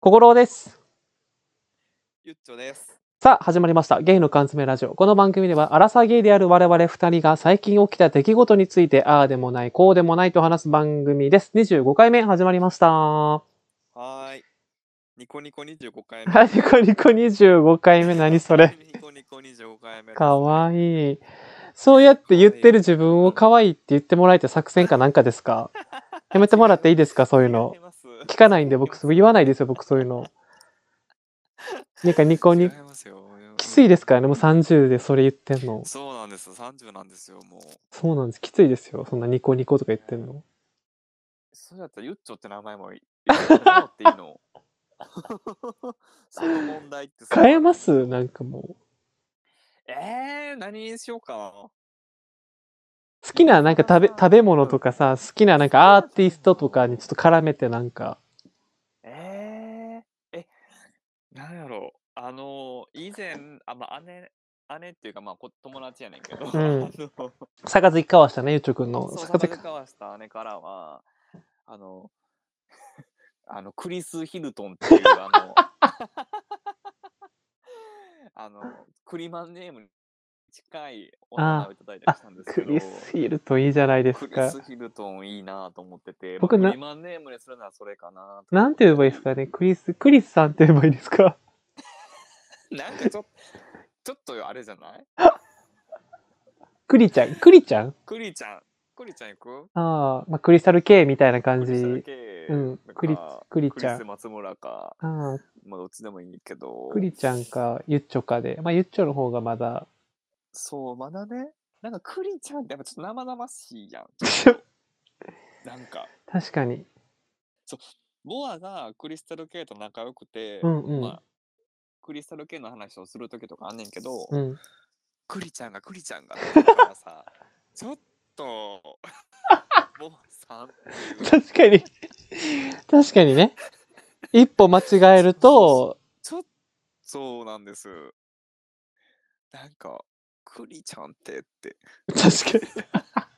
小五郎です。ゆっちょです。さあ、始まりました。ゲイの缶詰ラジオ。この番組では、アラサーゲイである我々二人が最近起きた出来事について、ああでもない、こうでもないと話す番組です。25回目始まりました。ははーい。ニコニコ25回目。い、ニコニコ25回目、何それ。。ニコニコ25回目。かわい。いい。そうやって言ってる自分を可愛いって言ってもらえて作戦かなんかですかやめてもらっていいですかそういうの。聞かないんで、僕、言わないですよ、僕、そういうの。なんかニコニ違いますよ。きついでですからね、もう30でそれ言ってんの。そうなんです。30なんですよ、もう。そうなんです。きついですよ。そんなニコニコとか言ってんの。そうやったらゆっちょって名前もいい。名乗っていい のその問題ってさ変えますなんかもえー、何にしようかな。う。好きななんか食べ、食べ物とかさ、好きななんかアーティストとかにちょっと絡めてなんか、えー、え、なんやろう。あの、以前、あ、まあ、姉、姉っていうか、まあ、こ友達やねんけど、 んあの、逆付き交わしたね、ゆうちょくんの。そう、逆坂付き井交わした姉からは、あの、 あの、クリス・ヒルトンっていう、あの、 あの、クリマンネームに近いお名前をいただいたりしたんですけクど、リス・ヒルトンいいじゃないですクリかス。ヒルトンいいなと思ってて、僕まあなクリマンネームにするならそれかなと なんて言えばいいですかねクリス、クリスさんって言えばいいですか なんかちょっと、ちょっとあれじゃないクリちゃん、クリちゃんクリちゃん、クリちゃん行くああ、まあ、クリスタル K みたいな感クリスタルじ。系うんなんクリかクリちゃんクリス松村か、ああ、まあどっちでもいいけど。クリちゃんか、ゆっちょかで。まあ、ゆっちょの方がま だ、そう、まだね、なんかクリちゃんってやっぱちょっと生々しいやん。なんか、確かに。ボアがクリスタル系と仲良くて、うんうんまあ、クリスタル系の話をする時とかあんねんけど、うん。クリちゃんがクリちゃんがって言うか らさ、ちょっと、ボアさんっていう、確かに。確かにね。一歩間違えると、ちょっと、そうなんです。なんか、クリちゃんってって。確か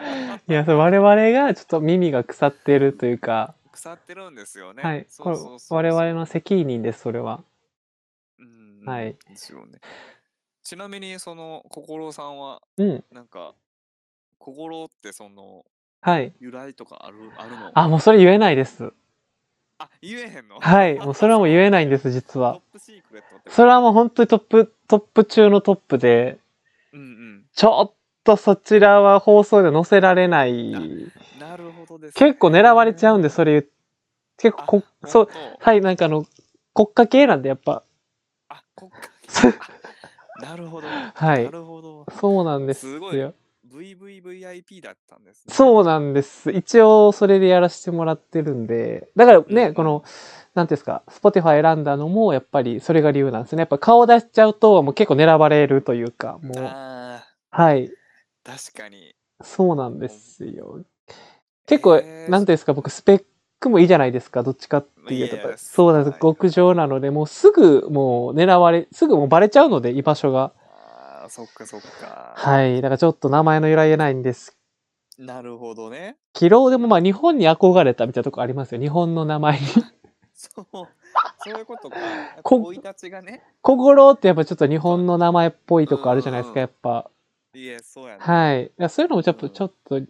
に。いや、そう我々がちょっと耳が腐ってるというか、腐ってるんですよね。はい。そこうれそうそう、そう我々の責任です、それは。うんうんはいですよね。ちなみに、その、心さんは、うん。なんか、心ってその、はい。由来とかあるあるのあ、もうそれ言えないです。あ言えへんのはい。もうそれはもう言えないんです、実 トッは。プシークレットってこと。それはもう本当にトップ、トップ中のトップで、うんちょっとそちらは放送で載せられない。うん。なるほどです、結構狙われちゃうんで、れ。それ言う結構こ、あそう、。ほんとはい、なんかあの、国家系なんでやっぱ、あ、こっかそうあなるほど。はいなるほど。そうなんですすごい。よ。 VVVIP だったんですね。そうなんです。一応、それでやらせてもらってるんで。だからうんうね、んこの、なんていうんですか、Spotify 選んだのも、やっぱり、それが理由なんですね。やっぱ顔出しちゃうと、もう結構狙われるというか、もう、あはい。ー確かに。そうなんですよ。結構、えーなんていうんですか、僕、スペックもいいじゃないですか、どっちかっていうと。いやいやそうなんです。はい極上なので、もうすぐ、もう狙われ、すぐもうバレちゃうので、居場所が。あーそっかそっか。はい。だからちょっと名前の由来言えないんですなるほどね。キロでもまあ日本に憧れたみたいなとこありますよ。日本の名前 に。そう。そういうことか。やっぱこ生い立ちがね。小五郎ってやっぱちょっと日本の名前っぽいとこあるじゃないですか、うんやっぱ。いえ、そうやね。はい。だからそういうのもちょっと、うんちょっと、ジ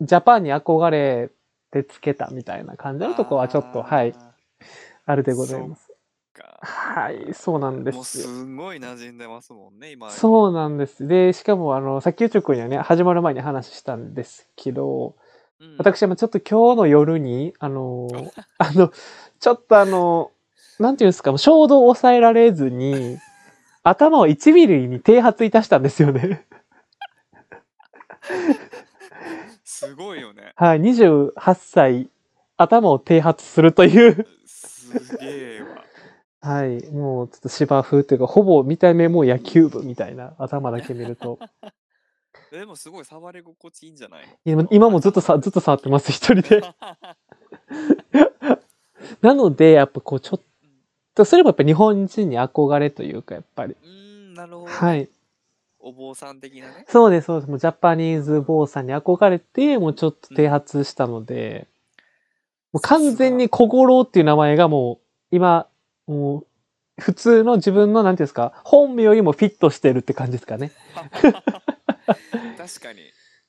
ャパンに憧れてつけたみたいな感じのとこはちょっと、はい、ああるでございます。ーかはい、そうなんでもうすよ。すごい馴染んでますもんね、今。そうなんです。で、しかも、あの、さっき宇宙君にはね、始まる前に話したんですけど、うん、私はちょっと今日の夜に、あ のーあの、ちょっとあのーなんていうんですか、もう衝動を抑えられずに、頭を1ミリに低発いたしたんですよね。 すごいよね。はい、28歳、頭を低発するという。 すげえわ。 はい、もうちょっと芝生というか、ほぼ見た目もう野球部みたいな、頭だけ見ると。 でもすごい触り心地いいんじゃないの今今もずっとさ、ずっと触ってます、一人で。 なので、やっぱこう、ちょっと、それもやっぱ日本人に憧れというか、やっぱり。うーん、なるほど。はい。お坊さん的なね。そうです、そうです。もうジャパニーズ坊さんに憧れて、もうちょっと低発したので、もう完全に小五郎っていう名前がもう今、もう、普通の自分の、なんていうんですか、本名よりもフィットしてるって感じですかね。確かに。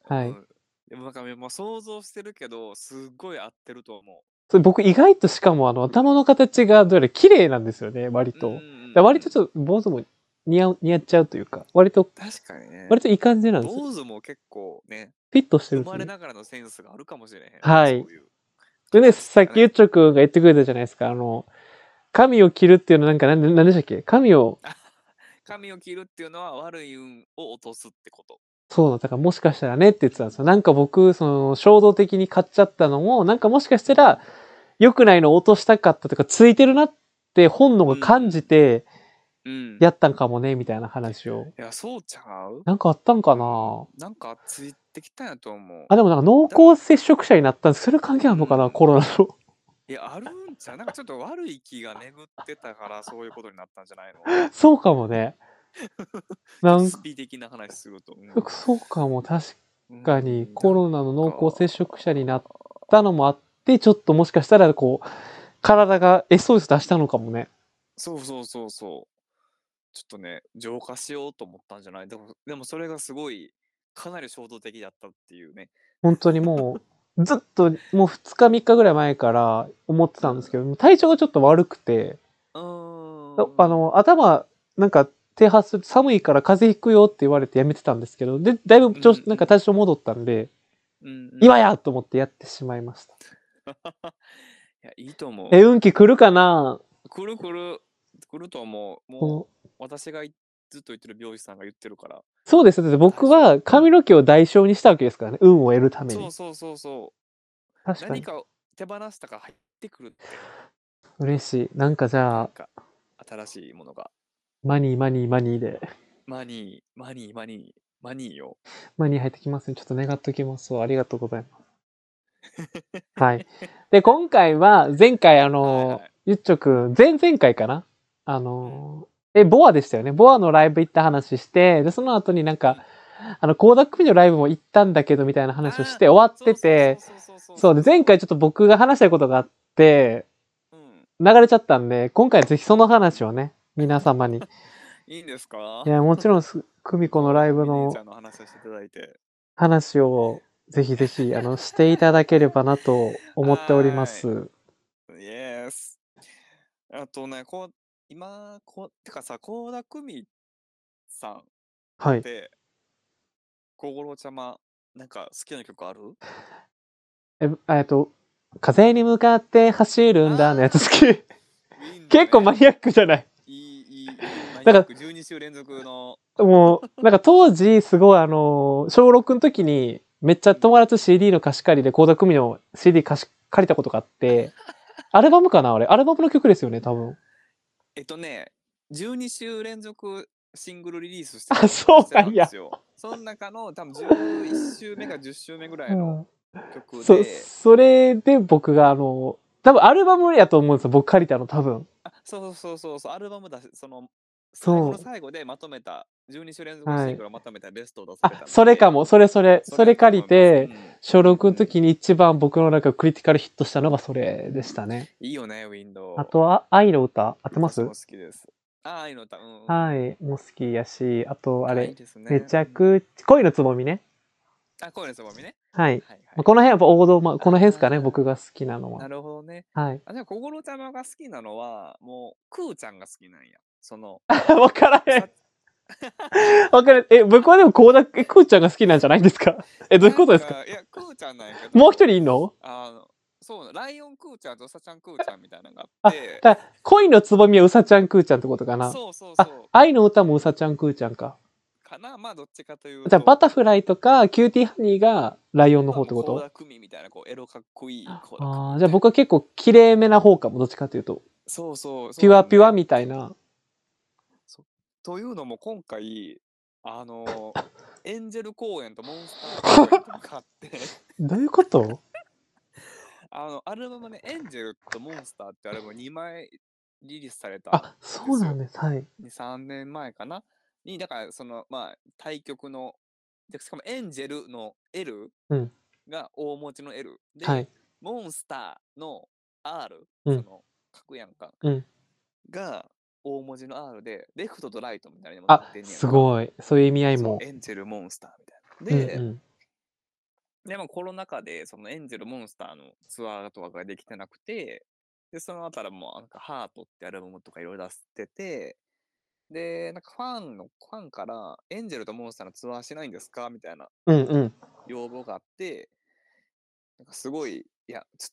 はいうんでもなんか、まあ、想像してるけど、すっごい合ってると思それ僕、意外としかも、あの、頭の形がどうやら綺麗なんですよね、割う。と。うんだうかんうんら割とちょっと、坊主も似合う、似合っちゃうというか、割と、確かにね。割といい感じなんですよ。坊主も結構ね、フィットしてる生んですまれよ、ね。ながらのセンスがあるかもしれへん。はいそういうでね、さっきゆっちょくんが言ってくれたじゃないですか、あの、髪を切るっていうのはなんか、なんでなんでしたっけ髪を、髪を切るっていうのは悪い運を落とすってこと。そうなんだからもしかしたらねって言ってたんですよ。なんか僕、その、衝動的に買っちゃったのも、なんかもしかしたら、良くないのを落としたかったとか、ついてるなって本能が感じて、うん。やったんかもね、みたいな話を。いや、そうちゃうなんかあったんかななんかついてきたんやと思うあ、。でもなんか濃厚接触者になったんです。それ関係あるのかな、うんコロナの。いや、あるんちゃうなんかちょっと悪い気が巡ってたから、そういうことになったんじゃないのそうかも ね。なんスピ的な話すると。うんそうかも、確かうにんコロナの濃厚接触者になったのもあって、ちょっともしかしたらこう、体が SOS 出したのかもね。そうそうそうそう。ちょっとね、浄化しようと思ったんじゃないでも、でもそれがすごい、かなり衝動的だったっていうね。本当にも う、ずっともう2日3日ぐらい前から思ってたんですけど、体調がちょっと悪くて、うーん。あ、の、頭、なんか、低発する、寒いから風邪ひくよって言われてやめてたんですけど、で、だいぶ調うんう子、んなんか体調戻ったんで、うんうん、今やと思ってやってしまいました。いや、いいと思う。え、運気来るかなくるくる、くると思う。こもう、の私がいずっと言ってる美容師さんが言ってるから。そうです。だって僕は髪の毛を代償にしたわけですからね。運を得るためそにう。そうそうそ確う。か何に。かを手放したか入ってくるって。嬉しい。なんかじなゃんあ、か、新しいものが。マニーマニーマニーで、マニー、マニー、マニー、マニーよ。マニー入ってきますね。ちょっと願っときますわ。ありがとうござい ます。はい。で、今回は、前回、あの、はいはいゆっちょくん、前々回かなあの、え、ボアでしたよね。ボアのライブ行った話して、で、その後になんか、あの、コーダックのライブも行ったんだけど、みたいな話をして、終わってて、そうそうそそうそうで、前回ちょっと僕が話したいことがあって、う、うん、流れちゃったんで、今回ぜひその話をね、皆様に。いいんですかいや、もちろんす、久美子のライブミニーのちゃんの話をしていただいて話を、ぜひぜひ、あの、していただければなと思っております。イエースあとねこう今こうてかさ倖田來未さんはっい。て小五郎ちゃまなんか好きな曲あるえ、えっと、風に向かって走るんだのやつ好き。結構マいニアックじゃないいいいいかなんか12週連続のもう、なんか当時、すごいあの、小6の時に、めっちゃ友達 CD の貸し借りで、倖田來未の CD 貸し借りたことがあって、アルバムかなあれ。アルバムの曲ですよね、多分。えっとね12週連続シングルリリースしてあ、そうたなんんでやす。よその中の多分11週目か10週目ぐらいの曲で、そう、それで僕があの、多分アルバムやと思うんですよ、僕借りたの、多分。あそうそうそうそうアルバムだしそのそう最後の最後でまとめた12週連続はいシングルをまとめたベストを出されたあ、それかもも、それそれ、それ借りて、うん小6の時に一番僕の中クリティカルヒットしたのがそれでしたね。いいよねウィンドウあとは、愛の歌、合ってます私も好きですあ愛の歌うんうんはい、もう好きやし、あと、あいいれ、ですねめちゃくち、恋のつぼみね。あこういうのつぼみねはい。はいまあこの辺はやっぱ王道、まあ、この辺ですかね、あー僕が好きなのはいなは。るほどねはい。 あじゃあ小五郎ちゃまが好きなのはもうクーちゃんが好きなんやそのわからへん。わからへん。え、僕はでも、こうだ、え、くーちゃんが好きなんじゃないんです かえ、どういうことですかなんいやクーちゃんなんやけどもう一人いんのあのそうなのライオンクーちゃんとサちゃんクーちゃんみたいなのがああってだから恋のつぼみはうさちゃんくーちゃんってことかな。そうそうそあう、愛の歌もうさちゃんくーちゃんか。かなまあどっちかというとじゃあ、バタフライとか、キューティーハニーがライオンの方ってこ倖と田來未みたいなこうエロかっこいいあああ、じゃあ僕は結構綺麗めな方かも、どっちかというと。そうそうピュアピュアみみたいな。というのも今回 あのーエンジェル公演とモンスター公演とかあってどういうことあのアルバムねエンジェルとモンスターってアルバム2枚リリースされたあ、そうなんです。はい。 3年前かなにだからそのまあ対局のでしかもエンジェルの L うんが大文字の L で、はい。モンスターの R、うんその書くやんか。うんが、大文字の R で、レフトとライトみたいなのあ、すい。ごい。そういう意味合いそもう。エンジェル、モンスターみうたんいな。で、うん。でもコロナ禍で、そのエンジェル、モンスターのツアーとかができてなくて、で、そのあたりもう、なんか、ハートってアルバムとかいろいろ出してて、で、なんかファンの、ファンから、エンジェルとモンスターのツアーしないんですかみたいなうんうん。要望があって、なんかすごい、いや、ち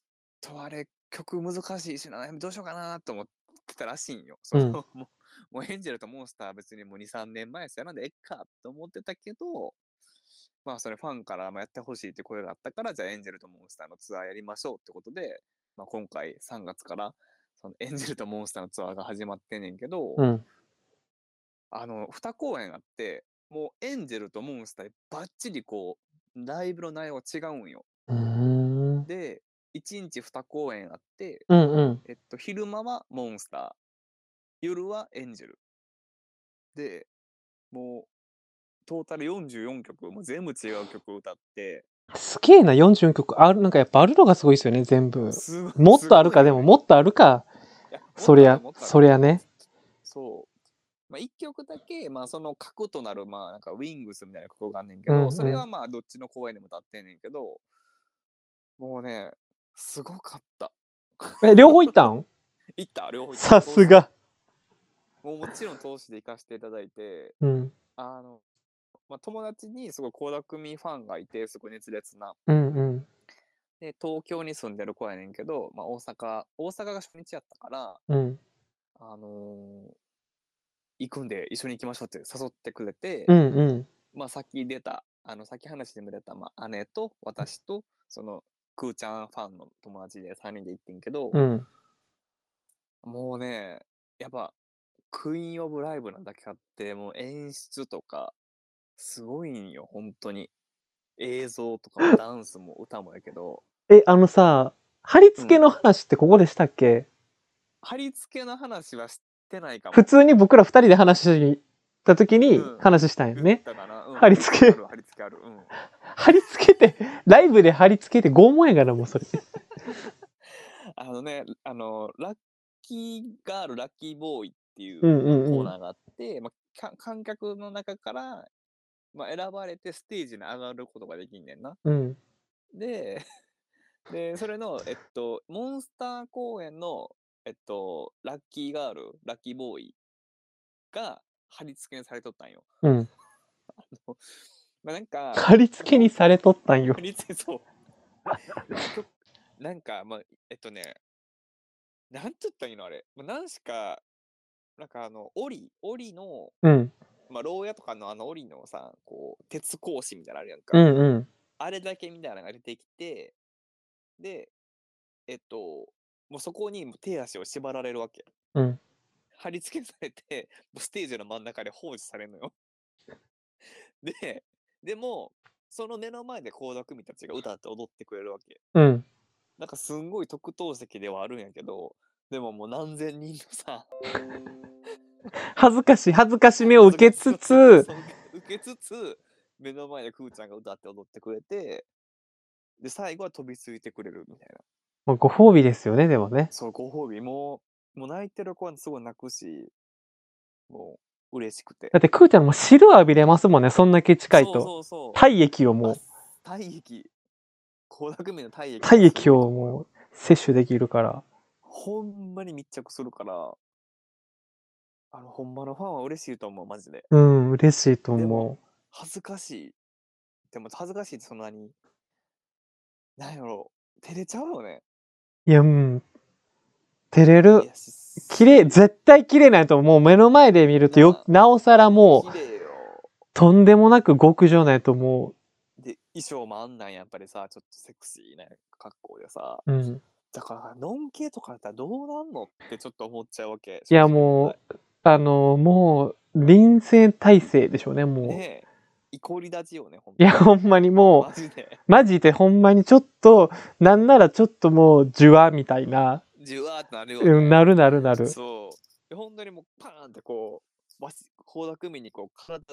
ょっとあれ、曲難しいしな、どうしようかなと思ってたらしいんよ。そうんの もう、もうエンジェルとモンスターは別にもう2、3年前ですよ。なんでえっかと思ってたけど、まあ、それファンからもやってほしいって声があったから、じゃあエンジェルとモンスターのツアーやりましょうってことで、まあ、今回3月から、そのエンジェルとモンスターのツアーが始まってんねんけど、うん。あの、2公演あって、もうエンジェルとモンスターでバッチリこう、ライブの内容が違うんよ。うーん。で、1日2公演あって、うんうん。えっと、昼間はモンスター、夜はエンジェル。で、もう、トータル44曲、もう全部違う曲を歌って、すげえな、44曲。ある、なんかやっぱあるのがすごいですよね、全部。すごいもっとあるか、すでもごいよねもっとあるか。いやもっとそりあゃるもっ、とあるそりゃね。そう。まあ、1曲だけ、まあ、その核となる、まあ、なんか、ウィングスみたいな曲があんねんけど、うんうんそれはまあ、どっちの公演でも歌ってんねんけど、もうね、すごかった。え、両方行ったん行った、両方行ったさす。が。投資もうもちろん投資で行かせていただいて、うん。あの、まあ、友達にすごい倖田來未ファンがいて、すごい熱烈な。うんうん。で、東京に住んでる子やねんけど、まあ、大阪、大阪が初日やったから、うん。あのー行くんで一緒に行きましょうって誘ってくれて、うんうん。まあ、さっき出た、あの、さっき話でも出た、まあ、姉と私と、その、くーちゃんファンの友達で3人で行ってんけど、うん。もうね、やっぱ、クイーン・オブ・ライブなだけあって、もう演出とか、すごいんよ、本当に。映像とかもダンスも歌もやけど、え、あのさ、貼り付けの話ってここでしたっけ、貼り付けの話はしてないかも。普通に僕ら二人で話した時にうん話したんよ言っね。たかな、うん貼り付け貼ある貼り付けある。うん。貼り付けて、ライブで貼り付けて拷問やから もうそれ。あのね、あの、ラッキーガール、ラッキーボーイっていううんうんうんコーナーがあって、まあか観客の中から、まあ、選ばれてステージに上がることができんねんな。うん。で、 で、それの、えっと、モンスター公演の、えっと、ラッキーガール、ラッキーボーイが貼り付けにされとったんよ。うん。まあ、なんか、貼り付けにされとったんよ振。り付けそう。 曲なんか、まあ、えっとね、なんて言ったらいいのあれ。まあ、何しか、なんかあの、檻、檻の、うん。まあ、牢屋とかのあの檻のさ、こう、鉄格子みたいなのあるやんか。うんうん。あれだけみたいなのが出てきて、で、えっと、もうそこにもう手足を縛られるわけ。うん貼り付けされて、もうステージの真ん中で放置されるのよ。で、でも、その目の前で倖田來未たちが歌って踊ってくれるわけ。うん。なんかすんごい特等席ではあるんやけど、でももう何千人のさ、恥ずかしい、恥ずかしめを受けつつ、そう受けつつ目の前でくーちゃんが歌って踊ってくれてで最後は飛びついてくれるみたいなもうご褒美ですよね、でもね。そうご褒美もうもう泣いてる子はすごい泣くしもう嬉しくてだって、クーちゃんも汁を浴びれますもんね、そんだけ近いそうと。そうそう体液をもう、あ体液倖田來未の体液が体液すごをいと思うもう摂取できるから。ほんまに密着するからあのほんまのファンは嬉しいと思うマジでうん、嬉しいと思恥ずかしい。でも恥ずかしいってそんなに。なんやろ。照れちゃうよね。う。いや、うん。照れる。やし綺麗、絶対綺麗ないと、もう目の前で見るとよ、なおさらもう、綺麗よ。とんでもなく極上ないと思で、衣装もあんなんやっぱりさ、ちょっとセクシーな格好でさ。う。うん。だから、のんけとかだったらどうなんのってちょっと思っちゃうわけ。いや、正直もう、あの、もう、臨戦態勢でしょうね、もう。ねえ。イコリ立ちよね、ほんいや、ほんまにもマジで。う、マジでほんまにちょっと、なんならちょっともう、じゅわみたいな。じゅわーってなるよ、ね。うん、なるなるなる。そう。で本当にもうパーンってこう、わし、倖田來未にこう、体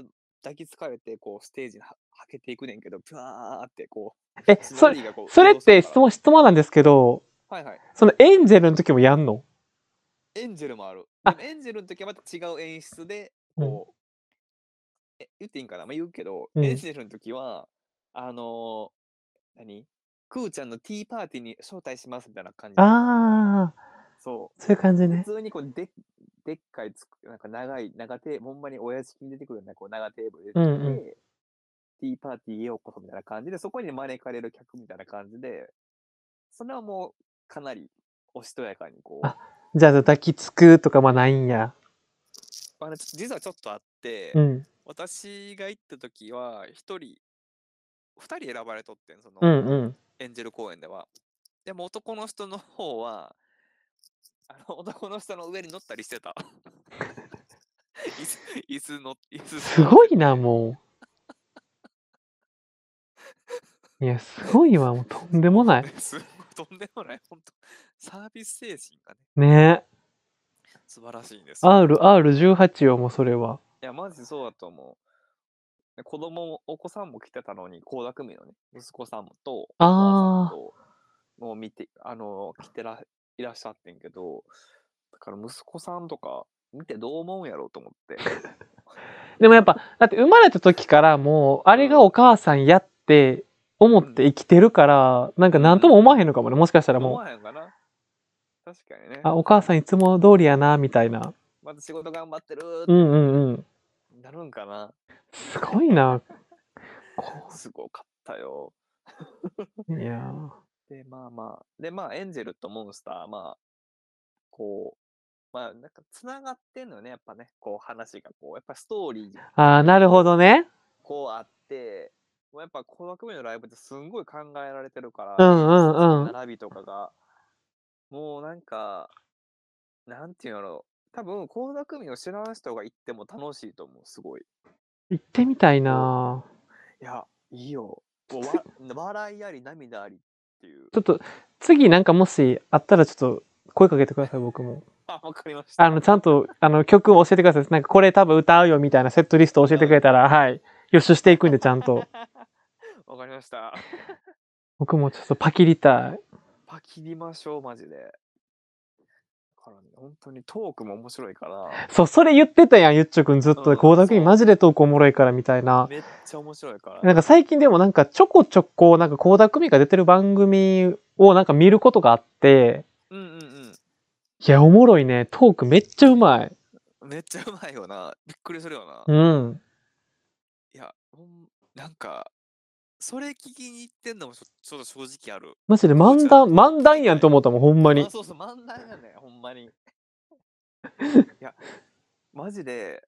抱きつかれて、こう、ステージにははけていくねんけど、ぷわーってこえ、う、そスノーれ、リーがこうそれっ移動てす質るか問、質問なんですけど、らはいはい。そのエンジェルの時もやんのエンジェルもある。あでもエンジェルの時はまた違う演出で、うんこう、え言っていいんかな、まあ、言うけど、うんエンジェルの時は、あのー何クーちゃんのティーパーティーに招待しますみたいな感じ。ああ、そそういう感じう。普ね。通にこうででっかいつく、なんか長い、長テーブル、ほんまにおやじに出てくるようなこう長テーブル出てきて、うんうんティーパーティーへようこそみたいな感じで、そこに招かれる客みたいな感じで、それはもうかなりおしとやかにこう。あじゃあ、抱きつくとかまあないんや。あのちょっと実はちょっとあって、うん。私が行った時は1人2人選ばれとってんその、うんうん。エンジェル公演ではでも男の人の方はあの 男の人の上に乗ったりしてた 椅子椅子の椅子すごいな、もう。いや、すごいわ。もうとんでもない。 すとんでもない本当サービス精神がねね素晴らしいんですよ R、R18 よ、もうそれは。いやマジそうだと思うで子供もお子さんも来てたのに倖田來未のね息子さんもとあーお母さんともう見てあの来てらいらっしゃってんけどだから息子さんとか見てどう思うんやろうと思って でもやっぱ、だって生まれた時からもう、あれがお母さんやって思って生きてるから、なんか何とも思わへんのかもね。もしかしたら思もう、わへんかな確かにねあ、お母さんいつも通りやな、みたいな。まず仕事頑張ってるうんーうんうん。なるんかなすごいな。こすごかったよういやーでまあまあでまあエンジェルとモンスターまあこうまあなんかつながってんのよねやっぱねこう話がこうやっぱストーリーあーなるほどね。こうあってもうやっぱ小学部のライブってすんごい考えられてるから、うんうんうん。並びとかがもうなんかなんていうんやろ多分倖田來未を知らん人が行っても楽しいと思うすごい行ってみたいな。いやいいよもうわ 笑いあり涙ありっていうちょっと、次なんかもしあったらちょっと声かけてください、僕も。あわかりましたあの、ちゃんと、あの、曲を教えてください。なんかこれ多分歌うよみたいなセットリスト教えてくれたら、はい。予習していくんで、ちゃんと。 わかりました僕もちょっとパキリたい。パキりましょうマジでだからね本当にトークも面白 いからそう、それ言ってたやん、ゆっちょくんずっうと。ん倖田君そうマジでトークおもろいからみたいな。めっちゃ面白いからなんか最近でもなんかちょこちょこ、なんか倖田君が出てる番組をなんか見ることがあって、うんうんいや、おもろいね。トークめっちゃうまい。うんめっちゃうまいよなびっくりするよな、ういん。やほんなんかそれ聞きに行ってんのもちょちょっと正直あるマジで漫談、漫談やんと思ったもん、ほんまにあ。そうそう漫談やねほ んまにいやマジで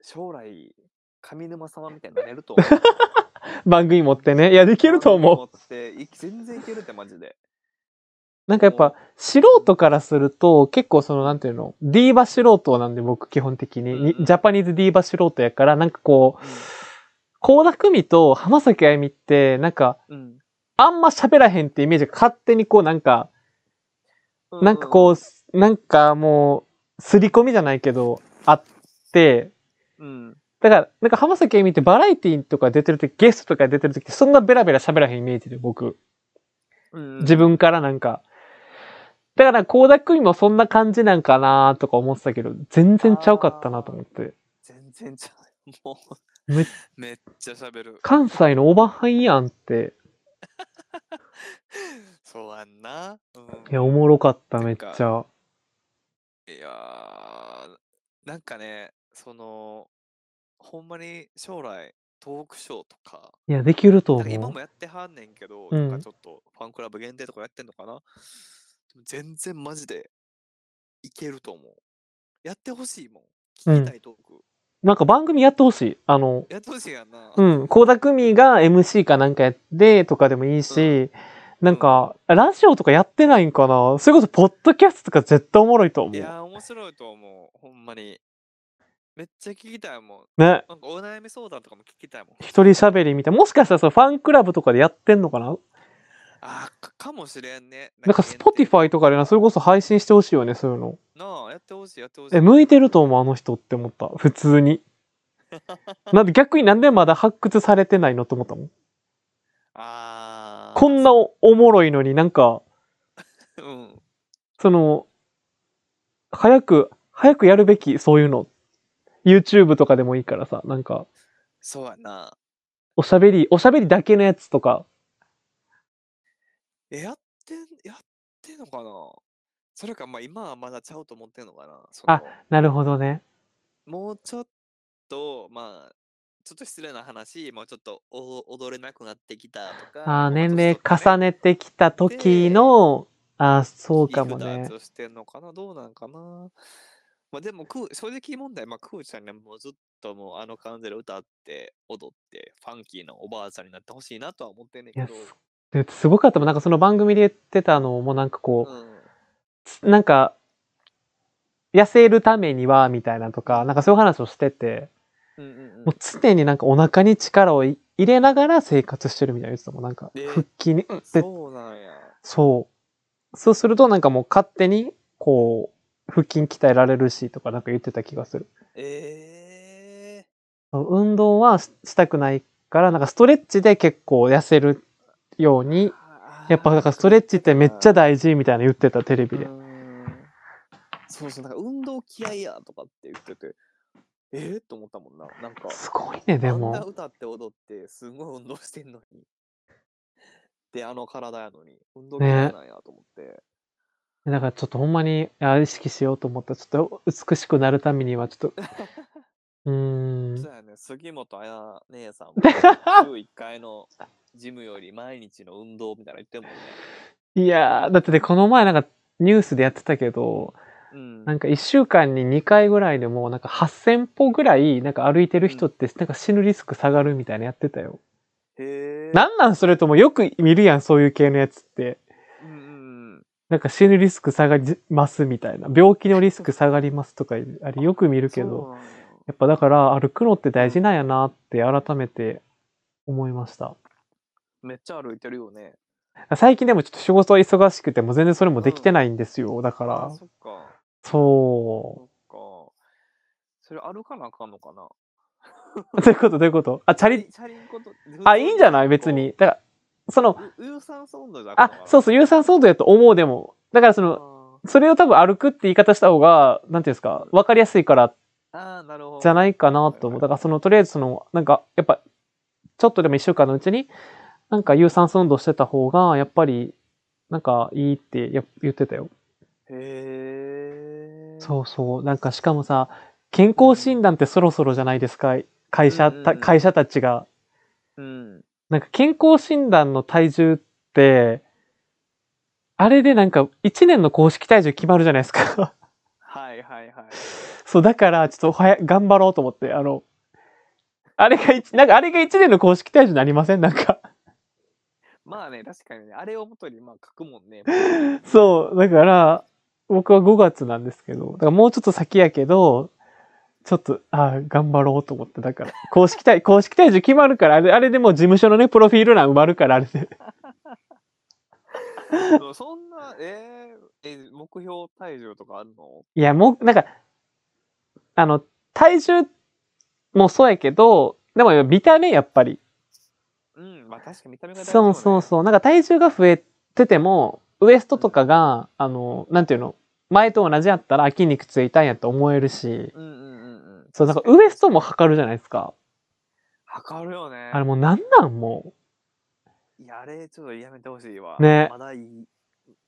将来上沼様みたいになれると思う番組持って ね。いや、できると思う。うってい全然いけるってマジでなんかやっぱ、素人からすると、結構その、なんていうの、ディーバ素人なんで僕、基本的に。にうんうんジャパニーズディーバ素人やから、なんかこう、倖田來未と浜崎あゆみって、なんか、うん、あんま喋らへんってイメージが勝手にこうなんか、うん、なんかこう、なんかもう、刷り込みじゃないけど、あって、うん、うんだから、なんか浜崎あゆみってバラエティーとか出てるとき、ゲストとか出てるときってそんなベラベラ喋らへんイメージで僕、うん、自分からなんか。だから、倖田來未もそんな感じなんかなとか思ってたけど、全然ちゃうかったなと思って。全然ちゃうもうめめっちゃ喋る関西のおばはんやんって、そうやんな、うん、いや、おもろかった、めっちゃ。いやーなんかねそのほんまに将来トークショーとかいや、できるとなんか思今うも。やってはんねんけど、うんなんかちょっとファンクラブ限定とかやってんのかなでも全然マジでいけると思うやってほしいもんうん聞きたいトーク、なんか番組やってほしい。あの、やってほしいやんな、うん、倖田來未が MC かなんかやってとかでもいいし、なんか、ラジオとかやってないんかなそれこそ、ポッドキャストとか絶対おもろいと思。いうやー面白いと思うほんまにめっちゃ聞きたいもんね。なんかお悩み相談とかも聞きたいもん一人喋りみたいな。もしかしたらそのファンクラブとかでやってんのかなあーかかもしれんねなんか、限ス定ポティファイとかでな、それこそ配信してほしいよね、そういうの。なあやってほしいやってほしいえ、向いてると思う、あの人って思った。普通に。 なんで逆になんでまだ発掘されてないのって思ったもん。あーこんなおおもろいのになんか、うんその、早く、早くやるべき、そういうの。YouTube とかでもいいからさ、なんか、そうやな。おしゃべり、おしゃべりだけのやつとか、え、やってん、やってんのかなそれか、まあ今はまだちゃうと思ってんのかなそあのなるほどね。もうちょっと、まあ、ちょっと失礼な話、もうちょっとお踊れなくなってきたとか。ああ、年齢ね重ねてきた時の、ああ、そうかもね。としてんのかなどうなんかなまあでも、クー正直問題、まあ、クーちゃんがもうずっともうあの感じで歌って、踊って、ファンキーなおばあちゃんになってほしいなとは思ってんねんいやけど。ですごかったもん。なんかその番組で言ってたのもなんかこううん、つ、なんか、痩せるためには、みたいなとか、なんかそういう話をしてて、うんうんうもう常になんかお腹に力をい入れながら生活してるみたいなやつだもん。なんかえ、腹筋に、うんん。って、そうなんや。そう。そうするとなんかもう勝手に、こう、腹筋鍛えられるしとかなんか言ってた気がする。ええ運動はししたくないから、なんかストレッチで結構痩せるように、やっぱだからストレッチってめっちゃ大事みたいな言ってたテレビでう。んそうそう、なんか運動気合いやとかって言ってて、えー、と思ったもんな。なんか、すごいね、であんなも。歌って踊って、すごい運動してんのに。で、あの体やのに、運動ね嫌いなんやと思って。だからちょっとほんまにあ意識しようと思った。ちょっと美しくなるためにはち ょっと。うーんそ。うやね、杉本彩 姉さんも週1回のジムより毎日の運動みたいなの言ってるもんね。いやー、だってね、この前なんかニュースでやってたけど、うん。なんか1週間に2回ぐらいでもうなんか8000歩ぐらいなんか歩いてる人ってなんか死ぬリスク下がるみたいなやってたよ。へえ。なんなんそれともよく見るやん、そういう系のやつって。うんうんうん。なんか死ぬリスク下がりますみたいな。病気のリスク下がりますとか、あれよく見るけそうど。なんややっぱだから歩くのって大事なんやなって改めて思いました。めっちゃ歩いてるよね。最近でもちょっと仕事は忙しくて、もう全然それもできてないんですよ。だかあらー、そっか。そそっか。それ歩かなあかんのかなう。 どういうことどういうことあ、チャリ、チャリンコと。あ、いいんじゃない別に。。だから、その、う有酸素運動じゃなあ、そううそう、有酸素運動やと思うでも。だからその、の。それを多分歩くって言い方した方が、なんていうんですか、わかりやすいからあーなるほど。じゃないかなと思う。だからそのとりあえずそのなんかやっぱちょっとでも1週間のうちになんか有酸素運動してた方がやっぱりなんかいいってや言ってたよ。へえ。そうそう。なんかしかもさ健康診断ってそろそろじゃないですか会社うんうんうたん会社たちが。う。うん。なんか健康診断の体重ってあれでなんか1年の公式体重決まるじゃないですか。はいはいはい。 そう、だから、ちょっと早い、頑張ろうと思って、あの、あれが一、なんかあれが一年の公式体重になりませんなんか。 まあね、確かにね、あれをもとにまあ書くも んね。そう、だから、僕は5月なんですけど、だからもうちょっと先やけど、ちょっと、あー頑張ろうと思って、だから、公式体、 公式体重決まるから、あれ、あれでもう事務所のね、プロフィール欄埋まるから、あれで。 そうそんな、えー、え、目標体重とかあるのいや、もう、なんか、あの、体重もそうやけど、でも見た目やっぱり。うん、まあ確かに見た目が大事、ね。そうそうそう。なんか体重が増えてても、ウエストとかが、あの、なんていうの、前と同じやったら筋肉ついたんやと思えるし、う。うんうんうんうん。そう、なんかウエストも測るじゃないですか。測るよね。あれもうなんなんもいや、あれ、ちょっとやめてほしいわ。ねまだいい。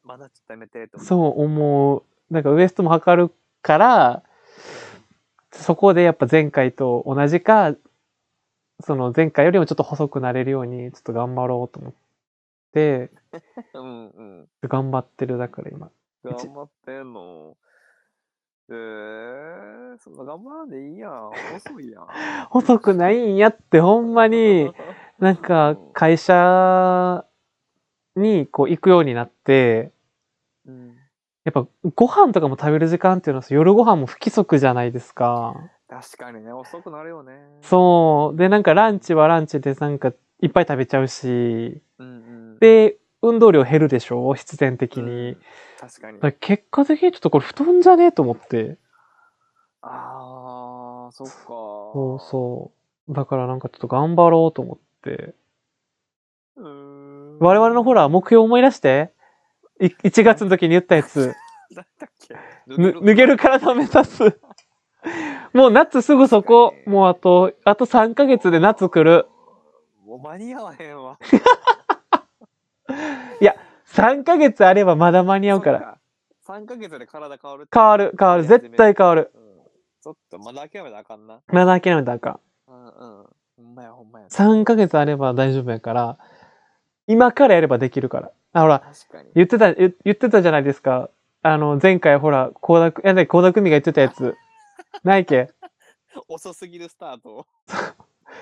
まだちょっとやめてとう、思う。そう思う。なんかウエストも測るから、そこでやっぱ前回と同じか、その前回よりもちょっと細くなれるように、ちょっと頑張ろうと思って、うんうん。頑張ってるだから今。頑一張ってんの。えー、そんな頑張らんでいいやん。遅いやん。細くないんやってほんまに、なんかうん会社にこう行くようになって、 うん。やっぱご飯とかも食べる時間っていうのは夜ご飯も不規則じゃないですか。確かにね、遅くなるよね。そう。で、なんかランチはランチでなんかいっぱい食べちゃうし、うんうん。で、運動量減るでしょ必然的うにん。確かにだ。から結果的にちょっとこれ太んじゃねえと思って。あー、そっか。そそうそう。だからなんかちょっと頑張ろうと思って。う。うーん我々のほら、目標思い出して。い1月の時に言ったやつ。誰だっけぬ脱げる体を目指す。 もう夏すぐそこ。確かにもうあと、あと3ヶ月で夏来る。もう間に合わへんわ。 3ヶ月あればまだ間に合うから。そっ。3ヶ月で体変わるって変わる、変わる。絶対変わる。うんちょっとまだ諦めなあかんな。まだ諦めたらあかん。うんうん。ほんまやほんまや。 3ヶ月あれば大丈夫やから、今からやればできるから。あ、ほら、確かに。言ってた、言言ってたじゃないですか。あの、前回ほら、高田く、え、なに、高田組が言ってたやつ。ないっけ遅すぎるスタートを。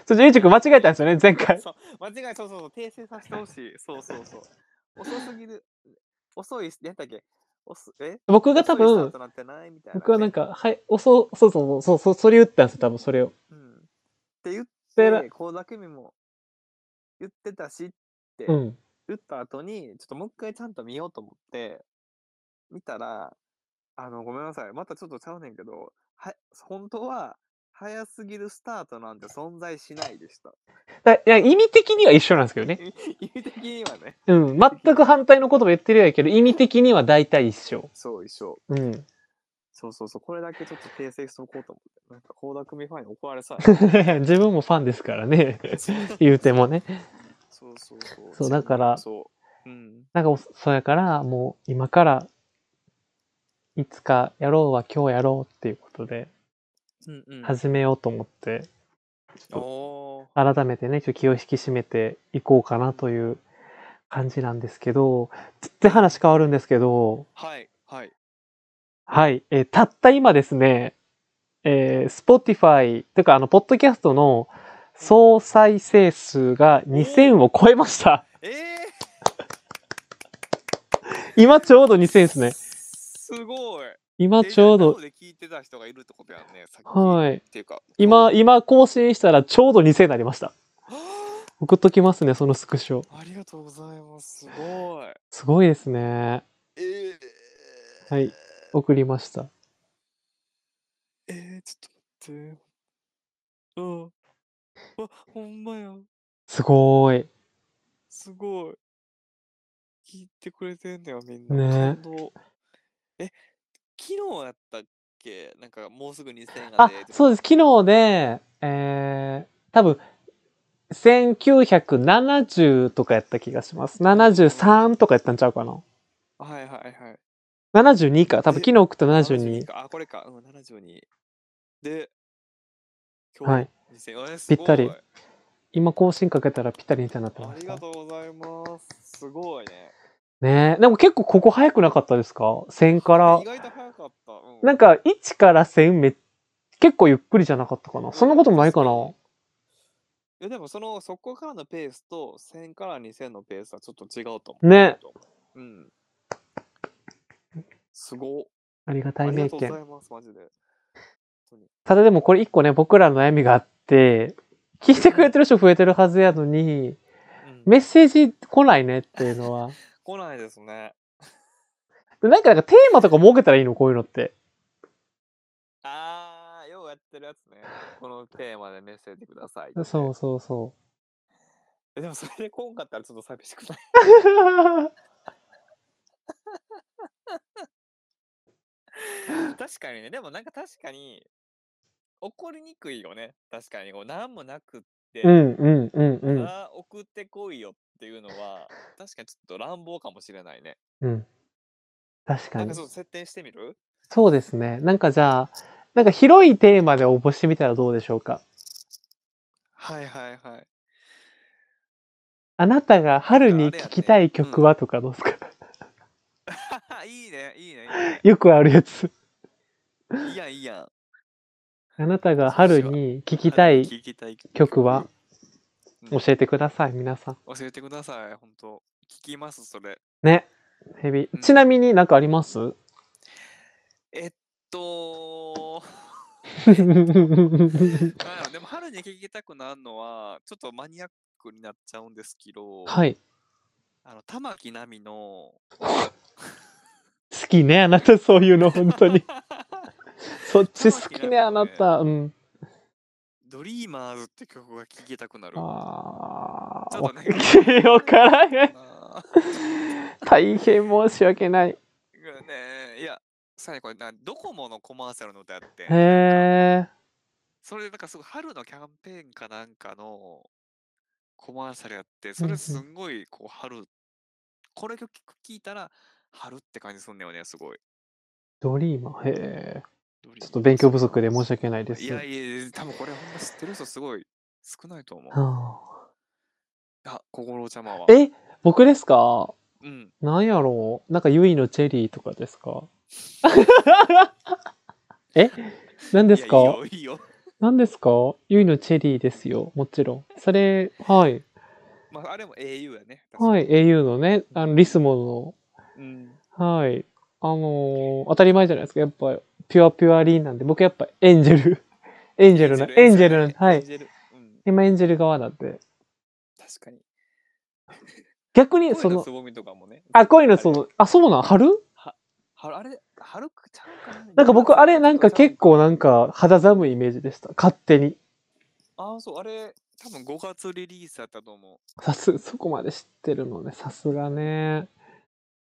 それ、ゆうちくん間違えたんですよね、前回。そう間違いそうそうそう訂正させてほしい。そうそうそう。遅すぎる。遅いし、なんだっけ遅え僕が多遅い分スタート、なんてないみたいな、僕はなん、か、はい、おそ、そうそうそう、そう、それ言ったんですよ、多分それを。うん。って言っでなて、こうだけみも言ってたしってうん。打った後に、ちょっともう一回ちゃんと見ようと思って、見たら、あの、ごめんなさい。またちょっとちゃうねんけど、は、本当は、早すぎるスタートなんて存在しないでした。 だいや意味的には一緒なんですけどね。意味的にはね。うん。全く反対のことも言ってるやけど、意味的には大体一緒。そう、一緒。うん。 そうそうそう。これだけちょっと訂正しとこうと思って。なんか、倖田組ファンに怒られさ。自分もファンですからね。 言うてもね。そうそうそう。そうだからそう。うん。なんかもう、そうやから、もう今から、いつかやろうは今日やろうっていうことで、うんうん。始めようと思って、おー改めてね、ちょっと気を引き締めていこうかなという感じなんですけど、つって話変わるんですけど、はい、はい。はい、えーたった今ですね、えー、Spotify、というか、あの、ポッドキャストの総再生数が2000を超えました。ええ今ちょうど2000ですね。すごい。今ちょうデジタど、ルで聞いてた人がいるってことやんね。さっきはいっていうか。今、は今更新したらちょうど2000になりました。あ送っときますね、そのスクショ。ありがとうございます。すごい。すごいですね。ええはい。送りました。ええちょっと待って。うん。あ、ほんまや。すごーい。すごい。聞いてくれてんだよ、みんな。ね感動。え、昨日やったっけなんか、もうすぐ2000があ出て、そうです。昨日で、えー、多分、1970とかやった気がします。73とかやったんちゃうかな。はいはいはい。 72か。多分、昨日送った72。か。あ、これか。うん、72。で、はい。今日2000。えすぴったりごい今、更新かけたらぴったりみたいになってあましりたが。とうございます。すごいね。ねえ。でも結構ここ早くなかったですか ?1000 から意。外と早かった。うん、なんか、1から1000め、結構ゆっくりじゃなかったかな。そんなこともないかな。うんいやでもそのそこからのペースと1000から2000のペースはちょっと違うと思う。ね。うん。すごっ。ありがあたいりが名とうござ犬。います、マジで。ただでもこれ一個ね、僕らの悩みがあって、聞いてくれてる人増えてるはずやのに、うんメッセージ来ないねっていうのは。 来ないですね。なんかなんかテーマとか設けたらいいのこういうのって。あー、ようやってるやつね。このテーマでメッセージくださいって。そうそうそえでもそれで来んかったらちょっと寂しくない う。確かにね。でもなんか確かに、怒りにくいよね。確かに。こう何もなくって。うんうんうんうん。あー送ってこいよっていうのは確かにちょっと乱暴かもしれないね。うん。確かなんにか。そう設定してみるそうですね。なんかじゃあ、なんか広いテーマで応募してみたらどうでしょうか。はいはいはい。あなたが春に聴きたい曲はとかどうですか、 いいねいいねいいね。よくあるや つ。いいやんいいやん。あなたが春に聴きたはい聞きたい曲はうん教えてください、皆さん。教えてください本当聞きますそれ。ね。ヘビうん。ちなみになんかあります えっ とあでも春に聞きたくなるのはちょっとマニアックになっちゃうんですけど、はい。あの玉木奈美の好きね、あなた、そういうの、本当に。そっち好きね、あ玉な木奈た。うん。 「 ドリーマーズ」って曲が聞きたくなる。あちあ、ょっわとね わ からへん。あー大変申し訳ない。ねえいやさらにこれなドコモのコマーシャルの歌やってんへえ。それでなんかすごい春のキャンペーンかなんかのコマーシャルやってそれすんごいこう春これを聞く聞いたら春って感じすんだよねすごいドリーマー。へえ。ちょちょっと勉強不足で申し訳ないです。いやいや多分これほんま知ってる人すごい少ないと思うはあ心ちゃまはあえ僕ですかうんなんやろうなんかユイのチェリーとかですか え何ですかいやいいよいいよ何ですかユイのチェリーですよ。もちろん。それ、はい。まああれも au やね、はいい。au のね、あのリスモうん、の、はい。あのー当たり前じゃないですか。やっぱ、ピュアピュアリーなんで、僕やっぱエンジェル。 エンジェルな、エンジェルなんで、はエンい。ジェルうん、今エンジェル側なんで。確かに逆に、そ恋ののつ、ぼみとかもねあ、恋のその、あ、そうなん春はあれ、はるくちゃうかななんか僕、あれ、なんか結構な。なんか肌寒いイメージでした。勝手に。ああ、そう、あれ、多分5月リリースだったと思う。さす、そこまで知ってるのね。さすがね。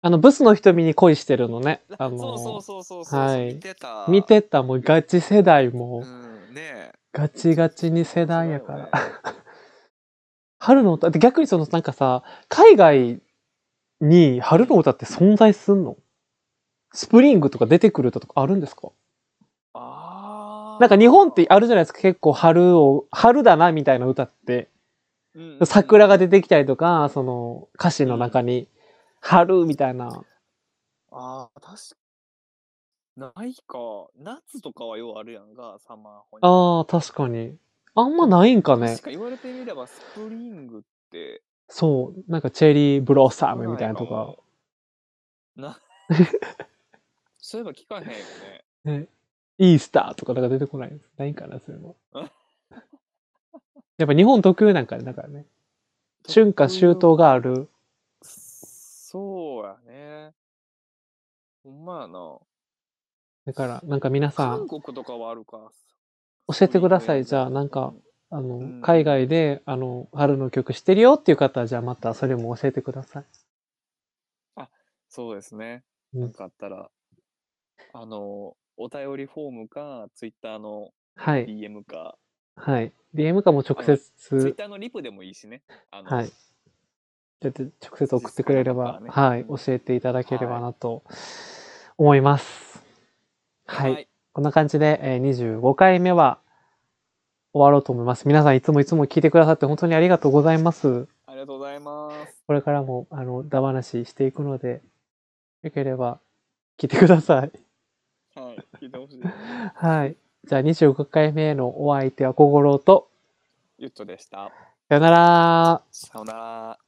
あの、ブスの瞳に恋してるのね。あのーそうそうそうそうそう、はい見てた。見てた、もうガチ世代うもう、ん、ねえ。ガチガチに世代やから。そうだよね春の歌って逆にそのなんかさ、海外に春の歌って存在すんのスプリングとか出てくる歌とかあるんですかああ。なんか日本ってあるじゃないですか、結構春を、春だなみたいな歌って。うん、うん桜が出てきたりとか、その歌詞の中に、春みたいな。ああ、確かないか。夏とかはようあるやんが、サマーホニー。ああ、確かに。あんまないんかね確。か言われてみれば、スプリングって。そう。なんかチェリーブロッサムみたいなとか。な。そういえば聞かへんよね。ね、イースターとかなんか出てこないです。ないんかな、そう いうのうん。やっぱ日本特有なんかね、だからね。春夏秋冬がある。そうやね。ほんまやな。だから、なんか皆さ韓ん、国とかはあるか。教えてください。じそうゃうあ、のなんか、あうの、ん海外で、あの、春の曲してるよっていう方は、じゃあまたそれも教えてください。そうですね。うんなんかあったら、あの、お便りフォームか、ツイッターのはい。 DM か、はい。DM かも直接、ツイッターのリプでもいいしね。あのはい。。だって直接送ってくれれば、実際の方ははねい、教えていただければなと思います。はい。はい。こんな感じで、えー25回目は終わろうと思います。皆さんいつもいつも聞いてくださって本当にありがとうございます。ありがとうございます。これからも、あの、だ話していくので、よければ聞いてください。はい。聞いてほしい。はい。じゃあ25回目のお相手は小五郎と、ゆっとでした。さよならさよなら。